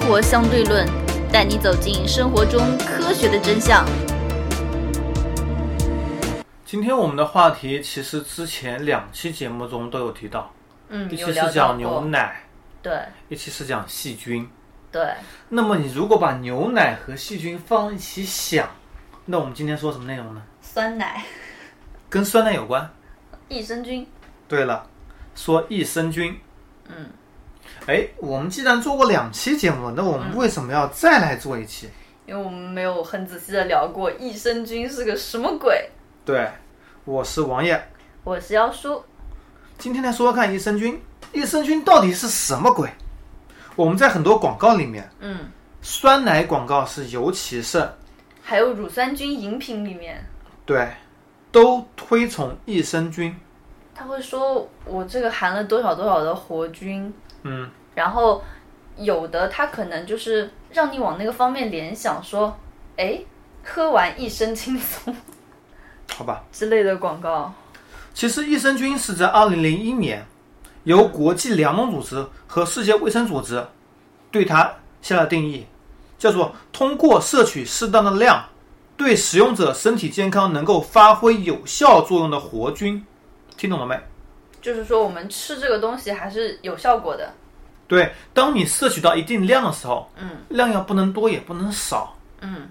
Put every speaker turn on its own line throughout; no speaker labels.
活相对论》，带你走进生活中科学的真相。
今天我们的话题其实之前两期节目中都有提到，
嗯，
一
有
期
聊
是
到
讲
过
牛，奶，
对
一期是讲细菌。
对，
那么你如果把牛奶和细菌放一起想，那我们今天说什么内容呢？
酸奶、
跟酸奶有关。
益生菌，
对了，说益生菌。
嗯，
哎，我们既然做过两期节目，那我们为什么要再来做一期？
因为我们没有很仔细的聊过益生菌是个什么鬼。
对，我是王爷，
我是妖叔，
今天来说说看益生菌。益生菌到底是什么鬼？我们在很多广告里面，
嗯，
酸奶广告是尤其是
还有乳酸菌饮品里面，
对，都推崇益生菌。
他会说我这个含了多少多少的活菌，
嗯，
然后有的它可能就是让你往那个方面联想，说，哎，喝完一身轻松
好吧。
之类的广告。
其实益生菌是在2001年由国际粮农组织和世界卫生组织对它下了定义，叫做通过摄取适当的量，对使用者身体健康能够发挥有效作用的活菌。听懂了没？
就是说，我们吃这个东西还是有效果的。
对，当你摄取到一定量的时候，
嗯，
量要不能多也不能少，
嗯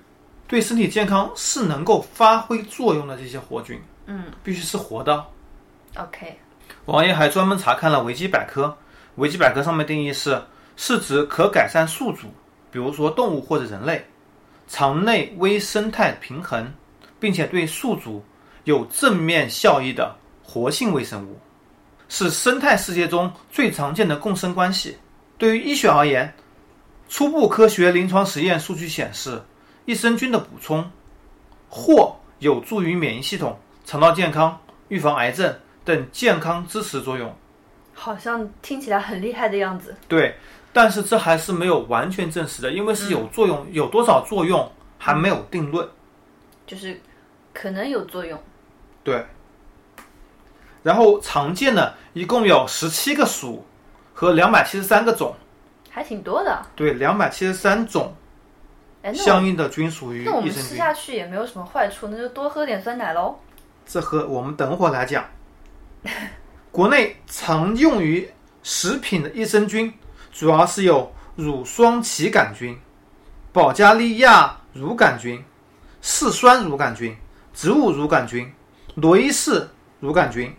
对身体健康是能够发挥作用的这些活菌，
嗯
必须是活的。
，OK，
王爷还专门查看了维基百科，维基百科上面定义是是指可改善宿主，比如说动物或者人类，肠内微生态平衡，并且对宿主有正面效益的活性微生物，是生态世界中最常见的共生关系。对于医学而言，初步科学临床实验数据显示，益生菌的补充或有助于免疫系统、肠道健康、预防癌症等健康支持作用。
好像听起来很厉害的样子。
对，但是这还是没有完全证实的，因为
嗯
是有作用，有多少作用还没有定论。
就是可能有作用。
对。然后常见的一共有十七个属和两百七十三个种，
还挺多的。
对，两百七十三种
哎，那我
相应的均属于
那我
益
们
生
吃
菌。
下去也没有什么坏处，那就多喝点酸奶喽。
这和我们等会儿来讲。国内常用于食品的益生菌，主要是有乳双歧杆菌、保加利亚乳杆菌、嗜酸乳杆菌、植物乳杆菌、罗伊氏乳杆菌、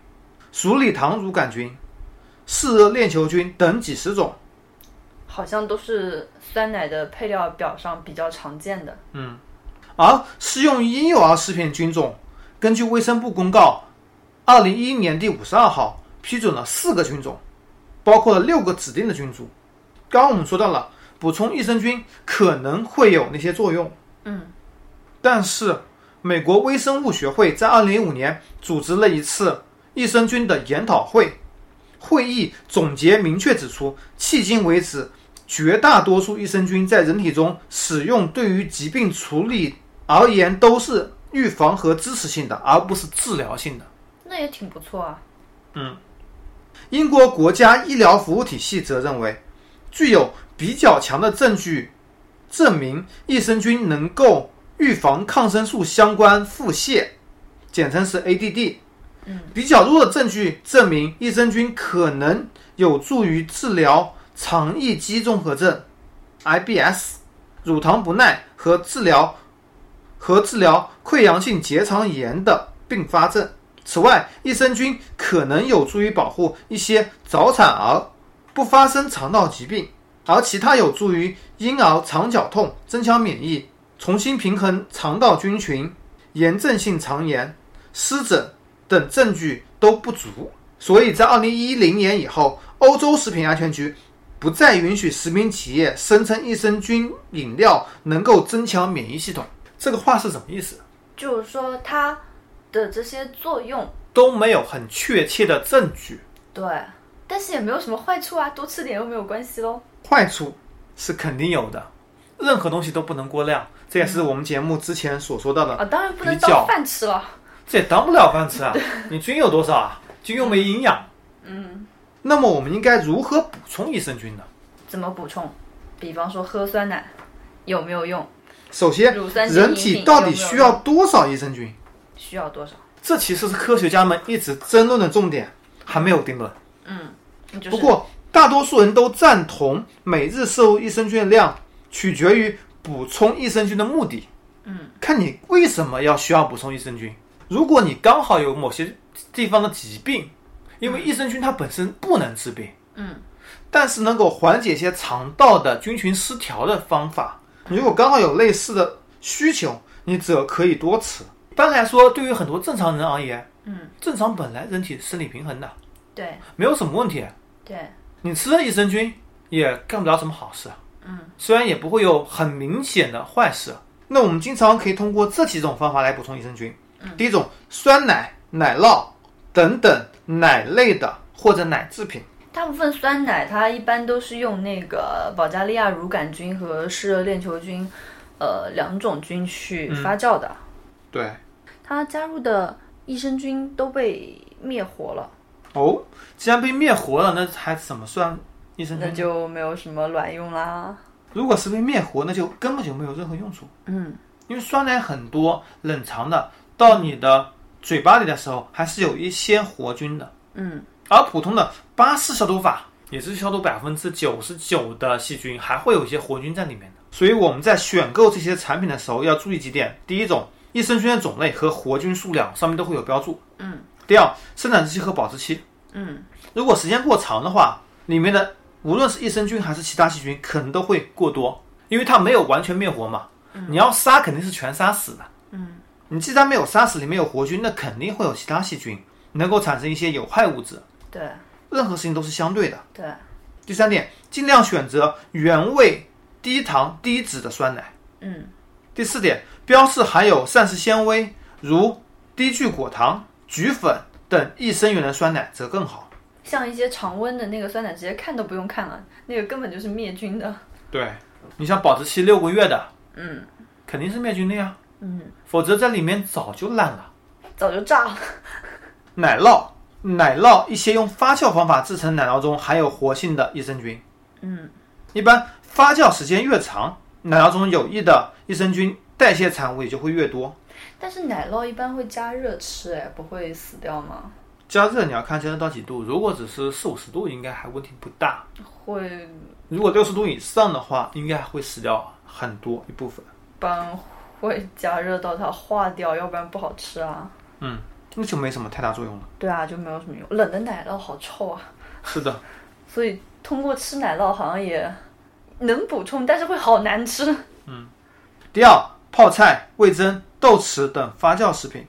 鼠李糖乳杆菌、嗜热链球菌等几十种。
好像都是酸奶的配料表上比较常见的。
而适用于婴幼儿食品菌种，根据卫生部公告，二零一一年第五十二号批准了四个菌种，包括了六个指定的菌株。刚刚我们说到了，补充益生菌可能会有那些作用，
嗯，
但是美国微生物学会在二零一五年组织了一次益生菌的研讨会，会议总结明确指出，迄今为止，绝大多数益生菌在人体中使用对于疾病处理而言都是预防和支持性的，而不是治疗性的。
那也挺不错啊。
英国国家医疗服务体系则认为，具有比较强的证据证明益生菌能够预防抗生素相关腹泻，简称是 ADD。
嗯，
比较弱的证据证明益生菌可能有助于治疗肠易激综合症 （IBS）、乳糖不耐和治疗和治疗溃疡性结肠炎的并发症。此外，益生菌可能有助于保护一些早产儿不发生肠道疾病，而其他有助于婴儿肠绞痛、增强免疫、重新平衡肠道菌群、炎症性肠炎、湿疹等证据都不足。所以在2010年以后，欧洲食品安全局不再允许食品企业声称益生菌饮料能够增强免疫系统。这个话是什么意思？
就是说它的这些作用，
都没有很确切的证据。
对，但是也没有什么坏处啊，多吃点又没有关系喽。
坏处是肯定有的，任何东西都不能过量，这也是
嗯
我们节目之前所说到的。
啊，当然不能
比较
当饭吃了。
这也当不了饭 吃啊！你菌有多少啊？菌又没营养。嗯。那么我们应该如何补充益生菌呢？
怎么补充？比方说喝酸奶有没有用？
首先，
乳酸性饮
人
品
体到底
有没有
需要多少益生菌？
需要多少？
这其实是科学家们一直争论的重点，还没有定论。
就是
不过，大多数人都赞同每日摄入益生菌的量取决于补充益生菌的目的。嗯，看你为什么要需要补充益生菌。如果你刚好有某些地方的疾病，因为益生菌它本身不能治病，
嗯，
但是能够缓解一些肠道的菌群失调的方法。如果刚好有类似的需求，你则可以多吃。一般来说，对于很多正常人而言，
嗯，
正常本来人体生理平衡的，
对
没有什么问题。
对，
你吃了益生菌也干不了什么好事，啊
嗯，
虽然也不会有很明显的坏事。啊那我们经常可以通过这几种方法来补充益生菌。第一种，酸奶、奶酪等等奶类的或者奶制品。
大部分酸奶它一般都是用那个保加利亚乳杆菌和嗜热链球菌，呃两种菌去发酵的，
对，
它加入的益生菌都被灭活了，
哦，既然被灭活了，那还怎么算益生
那
菌？
就没有什么卵用啦。
如果是被灭活，那就根本就没有任何用处，
嗯，
因为酸奶很多冷藏的，到你的嘴巴里的时候还是有一些活菌的。
嗯，
而普通的巴氏消毒法也是消毒百分之九十九的细菌，还会有一些活菌在里面的。所以我们在选购这些产品的时候要注意几点：第一种，益生菌的种类和活菌数量上面都会有标注。嗯。第二，生产日期和保质期。
嗯。
如果时间过长的话，里面的无论是益生菌还是其他细菌，可能都会过多，因为它没有完全灭活嘛。你要杀肯定是全杀死的。
嗯。
你既然没有杀死里面有活菌，那肯定会有其他细菌能够产生一些有害物质。
对
任何事情都是相对的。
对，
第三点，尽量选择原味、低糖、低脂的酸奶。
嗯
第四点，标示含有膳食纤维，如低聚果糖、菊粉等益生元的酸奶则更好。
像一些常温的那个酸奶，直接看都不用看了，那个根本就是灭菌的。
对，你像保质期六个月的，
嗯
肯定是灭菌的呀，
嗯，
否则在里面早就烂了。
早就炸了。
奶酪，奶酪一些用发酵方法制成奶酪中含有活性的益生菌。
嗯
一般发酵时间越长，奶酪中有益的益生菌代谢产物也就会越多。
但是奶酪一般会加热吃，哎，不会死掉吗？
加热你要看加热到几度，如果只是四五十度，应该还问题不大。
会
如果六十度以上的话，应该还会死掉很多一部分。
一般会加热到它化掉，要不然不好吃啊。
嗯，那就没什么太大作用了。
对啊，就没有什么用。冷的奶酪好臭啊，
是的，
所以通过吃奶酪好像也能补充，但是会好难吃。
第二，泡菜、味噌、豆豉等发酵食品。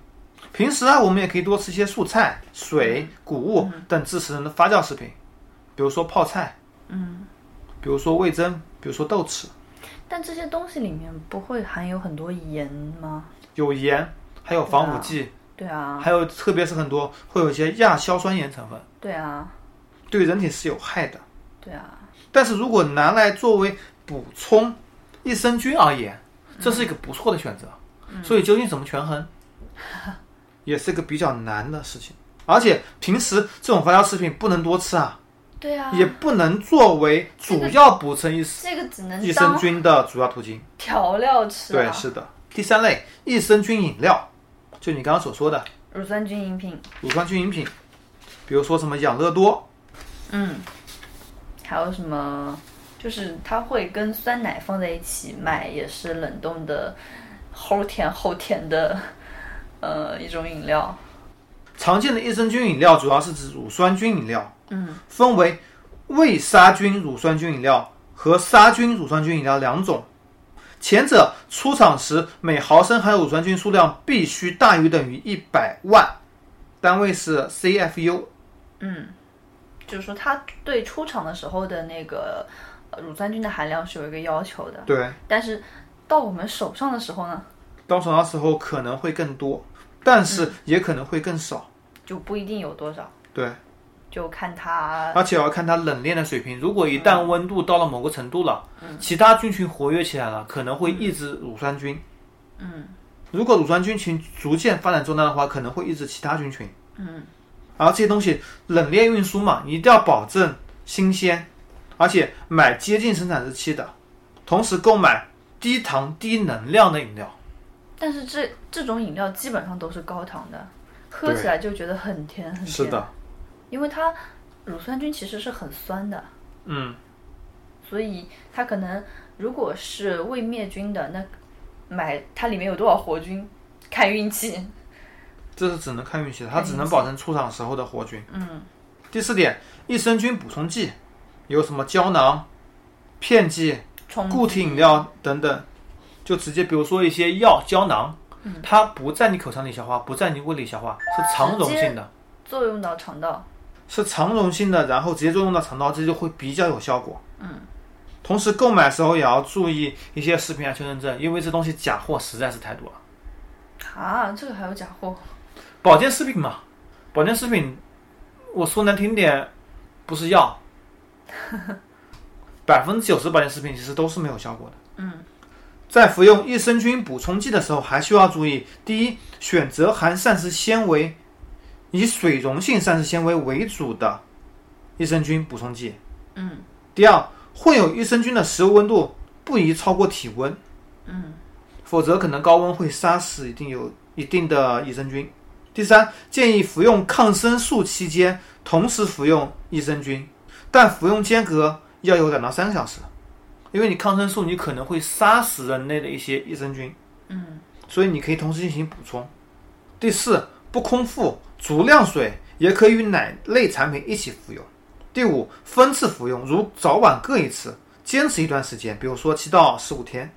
平时啊，我们也可以多吃一些蔬菜、水、谷物等支持人的发酵食品，比如说泡菜，嗯，比如说味噌，比如说豆豉，
但这些东西里面不会含有很多盐吗？
有盐，还有防腐剂，
对啊，
还有特别是很多会有一些亚硝酸盐成分，
对啊，
对人体是有害的。
对啊，
但是如果拿来作为补充益生菌而言，这是一个不错的选择。所以究竟怎么权衡， 也是一个比较难的事情。而且平时这种发酵食品不能多吃啊，
对啊，
也不能作为主要补充益
这个只能
益生
当
菌的主要途径。
调料吃
对，
啊。
是的。第三类益生菌饮料，就你刚刚所说的
乳酸菌饮品，
乳酸菌饮品，比如说什么养乐多，
嗯，还有什么？就是它会跟酸奶放在一起卖，也是冷冻的，齁甜齁甜的，呃，一种饮料。
常见的益生菌饮料主要是指乳酸菌饮料。
嗯
分为未杀菌乳酸菌饮料和杀菌乳酸菌饮料两种。前者出厂时每毫升含有乳酸菌数量必须大于等于一百万，单位是 CFU。
嗯，就是说它对出厂的时候的那个呃乳酸菌的含量是有一个要求的，
对，
但是到我们手上的时候呢，
到手的时候可能会更多，但
嗯
是也可能会更少。
就不一定有多少，
对，
就看它
而且要看它冷链的水
嗯
平。如果一旦温度到了某个程度了，其他菌群活跃起来了，可能会抑制乳酸菌。
嗯
如果乳酸菌群逐渐发展壮大的话，可能会抑制其他菌群。
嗯
而这些东西冷链运输嘛，你一定要保证新鲜，而且买接近生产日期的，同时购买低糖低能量的饮料。
但是这这种饮料基本上都是高糖的，喝起来就觉得很甜很甜。
是的，
因为它乳酸菌其实是很酸的，
嗯，
所以它可能如果是未灭菌的，那买它里面有多少活菌，看运气。
这是只能看运气的，它
看运
只
气
能保证出厂时候的活菌。
嗯，
第四点，益生菌补充剂有什么胶囊、片剂、
冲
固体饮料等等，就直接比如说一些药胶囊，
嗯
它不在你口腔里消化，不在你胃里消化，是肠溶性的，
作用到肠道，
是肠溶性的，然后直接作用到肠道，这就会比较有效果。嗯。同时购买的时候也要注意一些食品安全认证，因为这东西假货实在是太多了。
啊，这个还有假货，
保健食品嘛，保健食品，我说难听点，不 是药。百分之九十保健食品其实都是没有效果的。
嗯，
在服用益生菌补充剂的时候，还需要注意：第一，选择含膳食纤维以水溶性膳食纤维为主的益生菌补充剂；
嗯
第二，混有益生菌的食物温度不宜超过体温，
嗯，
否则可能高温会杀死一定有一定的益生菌。第三，建议服用抗生素期间同时服用益生菌，但服用间隔要有两到三个小时，因为你抗生素你可能会杀死人类的一些益生菌，
嗯，
所以你可以同时进行补充。第四，不空腹，足量水也可以与奶类产品一起服用。第五，分次服用，如早晚各一次，坚持一段时间，比如说七到十五天。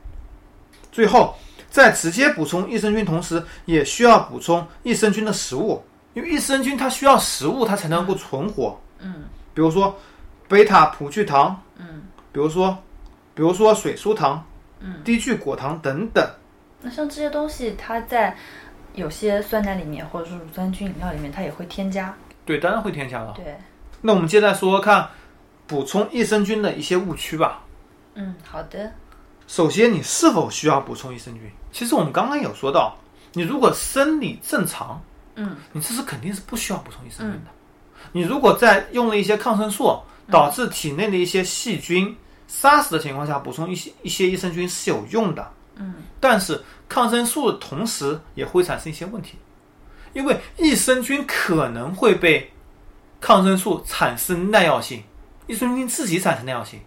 最后，在直接补充益生菌同时，也需要补充益生菌的食物，因为益生菌它需要食物，它才能够存活。
嗯，
比如说贝塔葡聚糖，
嗯，
比如说，比如说水苏糖，嗯，低聚果糖等等。
那像这些东西，它在有些酸奶里面，或者说乳酸菌饮料里面，它也会添加。
对，当然会添加了。
对，
那我们接着来说说看补充益生菌的一些误区吧。
嗯，好的，
首先，你是否需要补充益生菌？其实我们刚刚有说到，你如果生理正常，
嗯，
你这是肯定是不需要补充益生菌的。你如果在用了一些抗生素，
嗯
导致体内的一些细菌杀死的情况下，补充一些一些益生菌是有用的。
嗯，
但是抗生素的同时也会产生一些问题，因为益生菌可能会被抗生素产生耐药性，益生菌自己产生耐药性。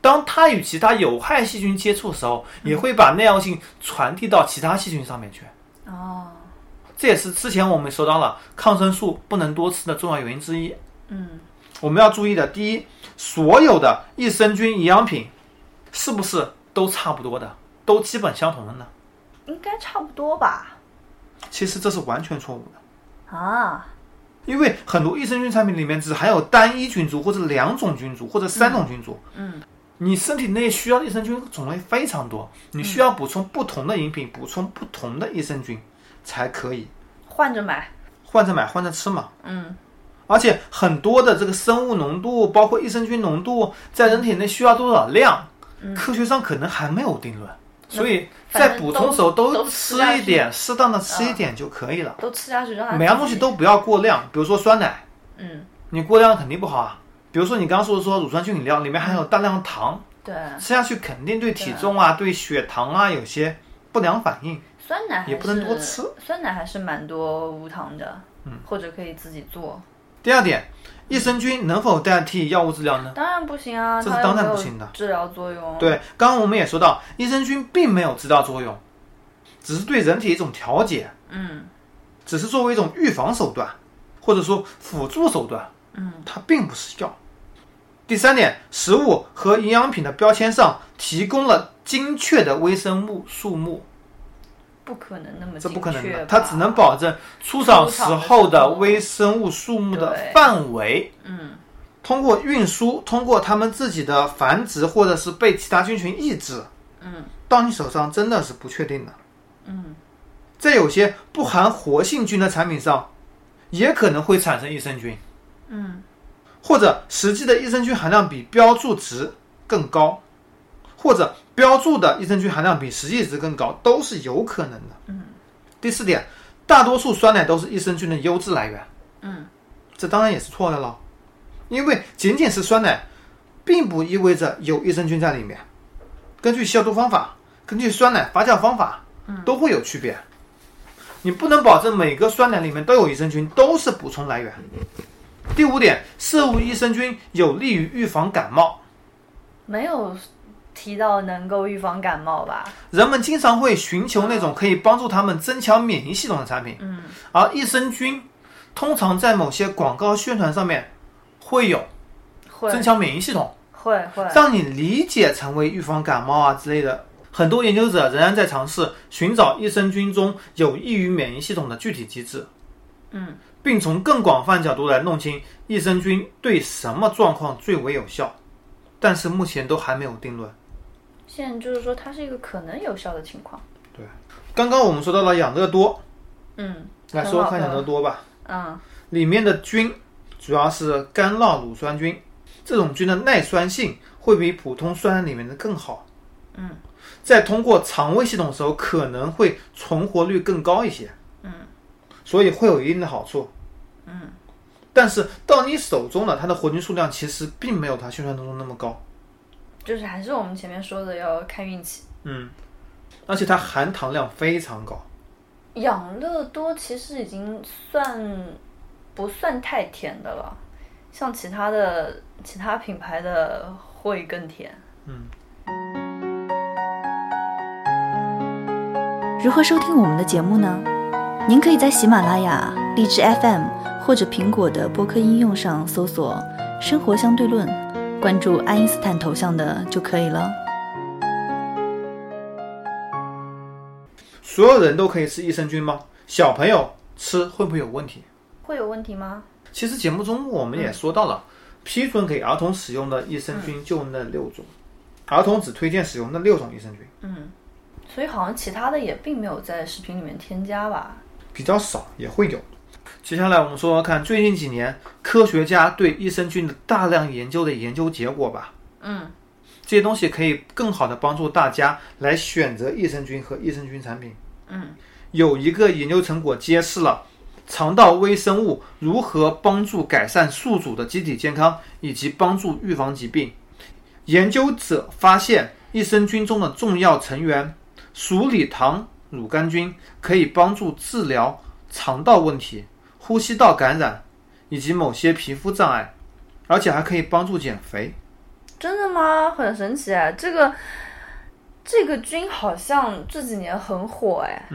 当它与其他有害细菌接触的时候，也会把耐药性传递到其他细菌上面去。
哦，
这也是之前我们说到了抗生素不能多吃的重要原因之一。
嗯
我们要注意的，第一，所有的益生菌营养品是不是都差不多的，都基本相同的呢？
应该差不多吧。
其实这是完全错误的，
啊，
因为很多益生菌产品里面只含有单一菌株或者两种菌株或者三种菌株，
嗯
你身体内需要的益生菌种类非常多，
嗯
你需要补充不同的饮品，补充不同的益生菌才可以，
换着买。
换着买，换着吃嘛。
嗯
而且很多的这个生物浓度，包括益生菌浓度，在人体内需要多少量，
嗯
科学上可能还没有定论。所以在补充的时候
都都
都吃
吃下
一
去
点，适当的吃一点就可以了。
都吃下去让它
每样东西都不要过量，比如说酸奶，
嗯，
你过量肯定不好啊。比如说你刚刚说的说乳酸菌饮料里面含有大量的糖，
对，
吃下去肯定对体重啊、对血糖啊有些不良反应。
酸奶还是
也不能多吃，
酸奶还是蛮多无糖的，嗯，或者可以自己做。
第二点，益生菌能否代替药物治疗呢？
当然不行啊，
这是
它又
当然
没有
不行的
治疗作用。，
对，刚刚我们也说到，益生菌并没有治疗作用，只是对人体一种调节，
嗯
只是作为一种预防手段，或者说辅助手段，
嗯，
它并不是药。第三点，食物和营养品的标签上提供了精确的微生物数目。
不可能那么
这不可能
精确
的，
吧
它只能保证出厂时候的微生物数目的范围。
嗯，
通过运输，通过它们自己的繁殖，或者是被其他菌群抑制，
嗯
到你手上真的是不确定的。
嗯
在有些不含活性菌的产品上，也可能会产生益生菌，
嗯
或者实际的益生菌含量比标注值更高，或者标注的益生菌含量比实际值更高，都是有可能的。
嗯
第四点，大多数酸奶都是益生菌的优质来源。
嗯
这当然也是错的了，因为仅仅是酸奶，并不意味着有益生菌在里面。根据消毒方法，根据酸奶发酵方法，
嗯
都会有区别。你不能保证每个酸奶里面都有益生菌，都是补充来源。第五点，摄入益生菌有利于预防感冒。
没有提到能够预防感冒吧？
人们经常会寻求那种可以帮助他们增强免疫系统的产品，嗯，而益生菌通常在某些广告宣传上面会有
会
增强免疫系统，
会会，
让你理解成为预防感冒啊之类的。很多研究者仍然在尝试寻找益生菌中有益于免疫系统的具体机制，
嗯，
并从更广泛角度来弄清益生菌对什么状况最为有效，但是目前都还没有定论。
现在就是说它是一个可能有效的情况。
刚刚我们说到了养乐多，
嗯，
来
很
说
好
看养乐多吧。
嗯，
里面的菌主要是干酪乳酸菌，这种菌的耐酸性会比普通酸奶里面的更好。
嗯，
在通过肠胃系统的时候，可能会存活率更高一些。嗯，所以会有一定的好处。嗯，但是到你手中呢，它的活菌数量其实并没有它宣传当中那么高。
就是还是我们前面说的要看运气。
嗯，而且它含糖量非常高。
养乐多其实已经算不算太甜的了，像其他的其他品牌的会更甜。
如何收听我们的节目呢？您可以在喜马拉雅、荔枝 FM 或者苹果的播客应用上搜索“生活相对论”，关注爱因斯坦头像的就可以了。
所有人都可以吃益生菌吗？小朋友吃会不会有问题？
会有问题吗？
其实节目中我们也说到了，批准给儿童使用的益生菌就那六种，儿童只推荐使用那六种益生菌，
所以好像其他的也并没有在视频里面添加吧？
比较少也会有。接下来我们说说看最近几年科学家对益生菌的大量研究的研究结果吧。
嗯，
这些东西可以更好的帮助大家来选择益生菌和益生菌产品。
嗯，
有一个研究成果揭示了肠道微生物如何帮助改善宿主的机体健康，以及帮助预防疾病。研究者发现，益生菌中的重要成员鼠李糖乳杆菌可以帮助治疗肠道问题、呼吸道感染以及某些皮肤障碍，而且还可以帮助减肥。
真的吗？很神奇哎，这个这个菌好像这几年很火哎。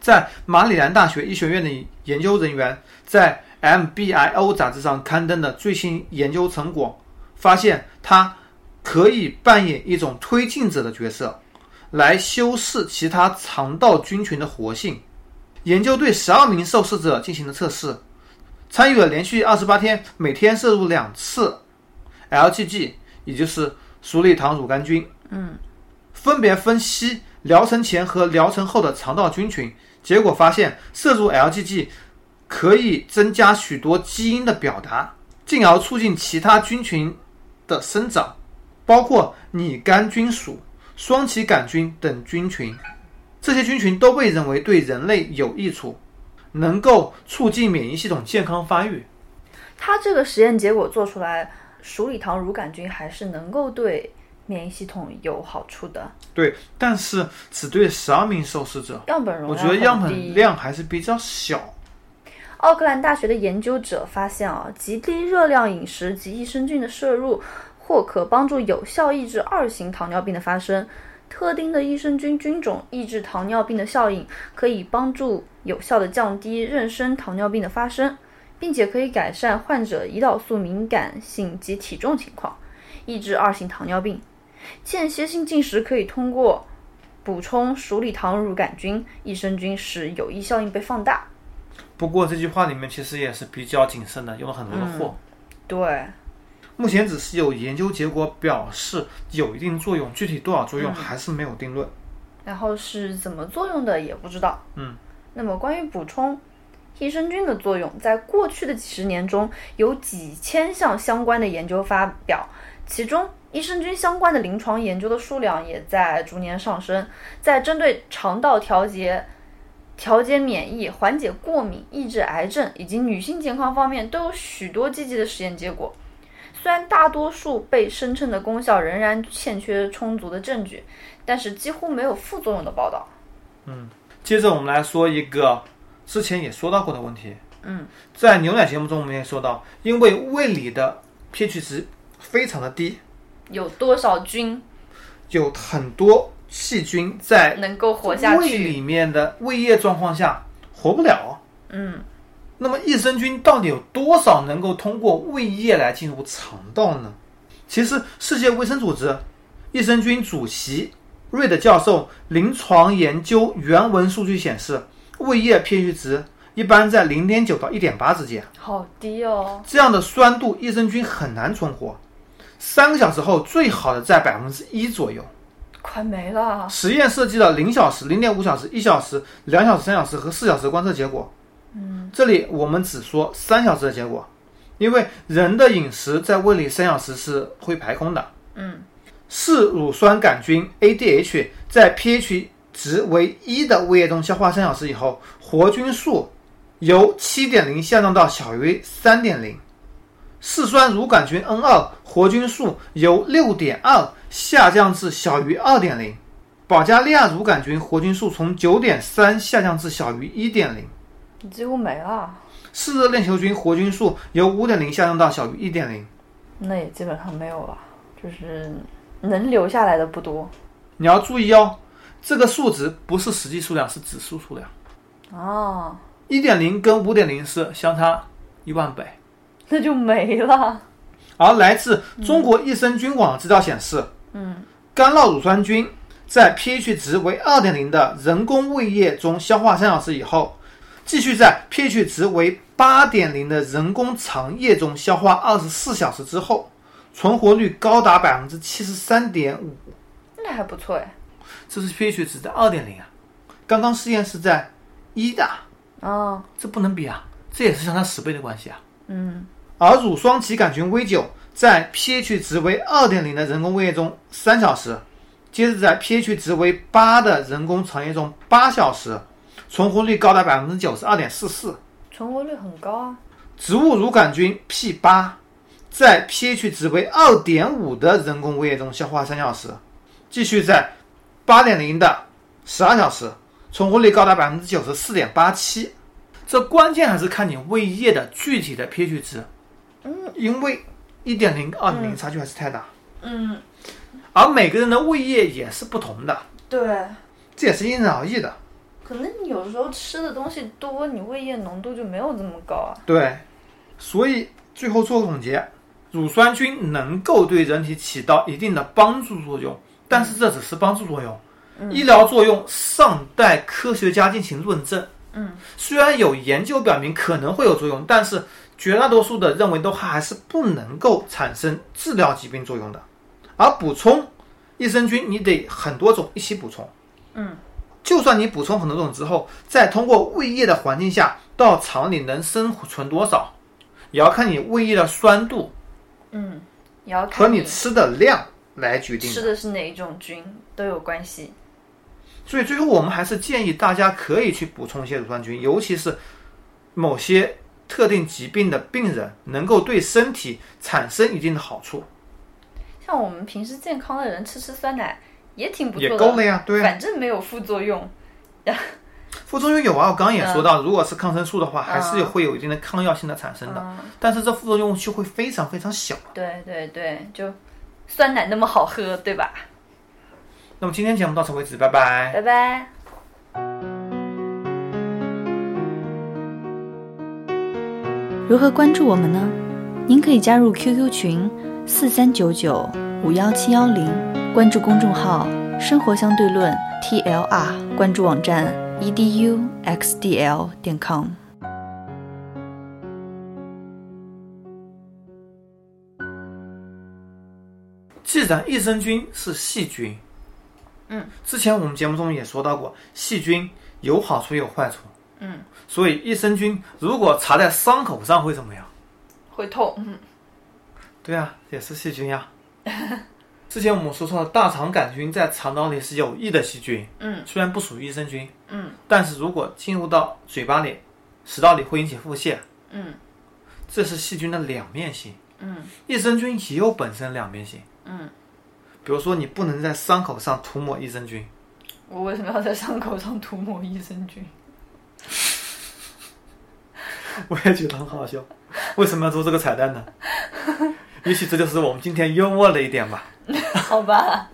在马里兰大学医学院的研究人员在 MBIO 杂志上刊登的最新研究成果发现，它可以扮演一种推进者的角色，来修饰其他肠道菌群的活性。研究对十二名受试者进行了测试，参与了连续二十八天，每天摄入两次 LGG，也就是鼠李糖乳杆菌，分别分析疗程前和疗程后的肠道菌群，结果发现摄入 LGG 可以增加许多基因的表达，进而促进其他菌群的生长，包括拟杆菌属、双歧杆菌等菌群。这些菌群都被认为对人类有益处，能够促进免疫系统健康发育。
它这个实验结果做出来，鼠李糖乳杆菌还是能够对免疫系统有好处的。
对，但是只对十二名受试者，
样本容
我
量
觉得样
很
本
低
量还是比较小。
奥克哦兰大学的研究者发现啊，极低热量饮食及益生菌的摄入，或可帮助有效抑制二型糖尿病的发生。特定的益生菌菌种抑制糖尿病的效应，可以帮助有效的降低妊娠糖尿病的发生，并且可以改善患者胰岛素敏感性及体重情况，抑制二型糖尿病。间歇性进食可以通过补充鼠李糖乳杆菌、益生菌，使有益效应被放大。
不过这句话里面其实也是比较谨慎的，用了很多的“或
对，”。
目前只是有研究结果表示有一定作用，具体多少作用还是没有定论。
然后是怎么作用的也不知道。
嗯，
那么关于补充益生菌的作用，在过去的几十年中，有几千项相关的研究发表，其中益生菌相关的临床研究的数量也在逐年上升。在针对肠道调节、调节免疫、缓解过敏、抑制癌症以及女性健康方面，都有许多积极的实验结果。虽然大多数被声称的功效仍然欠缺充足的证据，但是几乎没有副作用的报道。
接着我们来说一个之前也说到过的问题。嗯，在牛奶节目中我们也说到，因为胃里的 pH 值非常的低，
有多少菌
有很多细菌在
能够活下
胃
去？
里面的胃液状况下活不了。
嗯，
那么益生菌到底有多少能够通过胃液来进入肠道呢？其实，世界卫生组织益生菌主席瑞德教授临床研究原文数据显示，胃液 pH 值一般在零点九到一点八之间，
好低哦。
这样的酸度益生菌很难存活。三个小时后，最好的在百分之一左右。
快没了，
实验设计了零小时、零点五小时、一小时、两小时、三小时和四小时的观测结果。嗯，这里我们只说三小时的结果，因为人的饮食在胃里三小时是会排空的。
嗯，
嗜乳酸杆菌 ADH 在 pH 值为一的胃液中消化三小时以后，活菌数由七点零下降到小于三点零。嗜酸乳杆菌 N 二活菌数由六点二下降至小于二点零。保加利亚乳杆菌活菌数从九点三下降至小于一点零，
你几乎没了，
嗜热链球菌活菌数由五点零下降到小于一点零。
那也基本上没有了，就是能留下来的不多
你要注意哦，这个数值不是实际数量，是指数数量。
啊，
一点零跟五点零是相差一万倍。
那就没了。
而来自中国益生菌网的资料显示，
嗯，
干酪乳酸菌在 pH 值为二点零的人工胃液中消化三小时以后，继续在 pH 值为八点零的人工肠液中消化二十四小时之后，存活率高达百分之七十三点五，
那还不错哎。
这是 pH 值的二点零啊，刚刚试验是在一的啊，
啊，
这不能比啊，这也是相差十倍的关系啊。
嗯，
而乳双歧杆菌 V 九在 pH 值为二点零的人工胃液中三小时，接着在 pH 值为八的人工肠液中八小时，存活率高达百分之九十二点四四。
存活率很高啊。
植物乳杆菌 P 八在 pH 值为二点五的人工胃液中消化三小时，继续在八点零的十二小时，存活率高达百分之九十四点八七。这关键还是看你胃液的具体的 pH 值，嗯，因为一点零跟二点零差距还是太大，
嗯，
而每个人的胃液也是不同的，
对，
这也是因人而异的。
可能你有时候吃的东西多，你胃液浓度就没有这么高啊。
对，所以最后做个总结，乳酸菌能够对人体起到一定的帮助作用，但是这只是帮助作用，医疗作用尚待科学家进行论证。
嗯，
虽然有研究表明可能会有作用，但是绝大多数的认为都还是不能够产生治疗疾病作用的。而补充益生菌，你得很多种一起补充。就算你补充很多种之后，再通过胃液的环境下到肠里能生存多少，也要看你胃液的酸度
嗯，也要
和
看
你吃的量来决定
吃
的。
的是哪一种菌都有关系。
所以最后我们还是建议大家可以去补充一些乳酸菌，尤其是某些特定疾病的病人，能够对身体产生一定的好处，
像我们平时健康的人吃吃酸奶也挺不错
也
的，
够了呀。对啊，
反正没有副作用。
副作用有啊，我刚刚也说到，如果是抗生素的话，还是
嗯
会有一定的抗药性的产生的，
嗯，
但是这副作用就会非常非常小。
对对对，就酸奶那么好喝，对吧？
那么今天节目到此为止，拜拜。
拜拜。
如何关注我们呢？您可以加入 QQ 群四三九九五幺七幺零，关注公众号“生活相对论 ”TLR，关注网站 E eduxdl 点 com。
既然益生菌是细菌，
嗯，
之前我们节目中也说到过，细菌有好处也有坏处，
嗯，
所以益生菌如果擦在伤口上会怎么样？
会痛，嗯，
对啊，也是细菌呀、 之前我们说错了，大肠杆菌在肠道里是有益的细菌，
嗯，
虽然不属于益生菌，
嗯，
但是如果进入到嘴巴里、食道里会引起腹泻，
嗯，
这是细菌的两面性，
嗯
益生菌也有本身两边性，
嗯，
比如说你不能在伤口上涂抹益生菌，
我为什么要在伤口上涂抹益生菌？
我也觉得很好笑，为什么要做这个彩蛋呢？也许这就是我们今天幽默的一点吧。
好吧，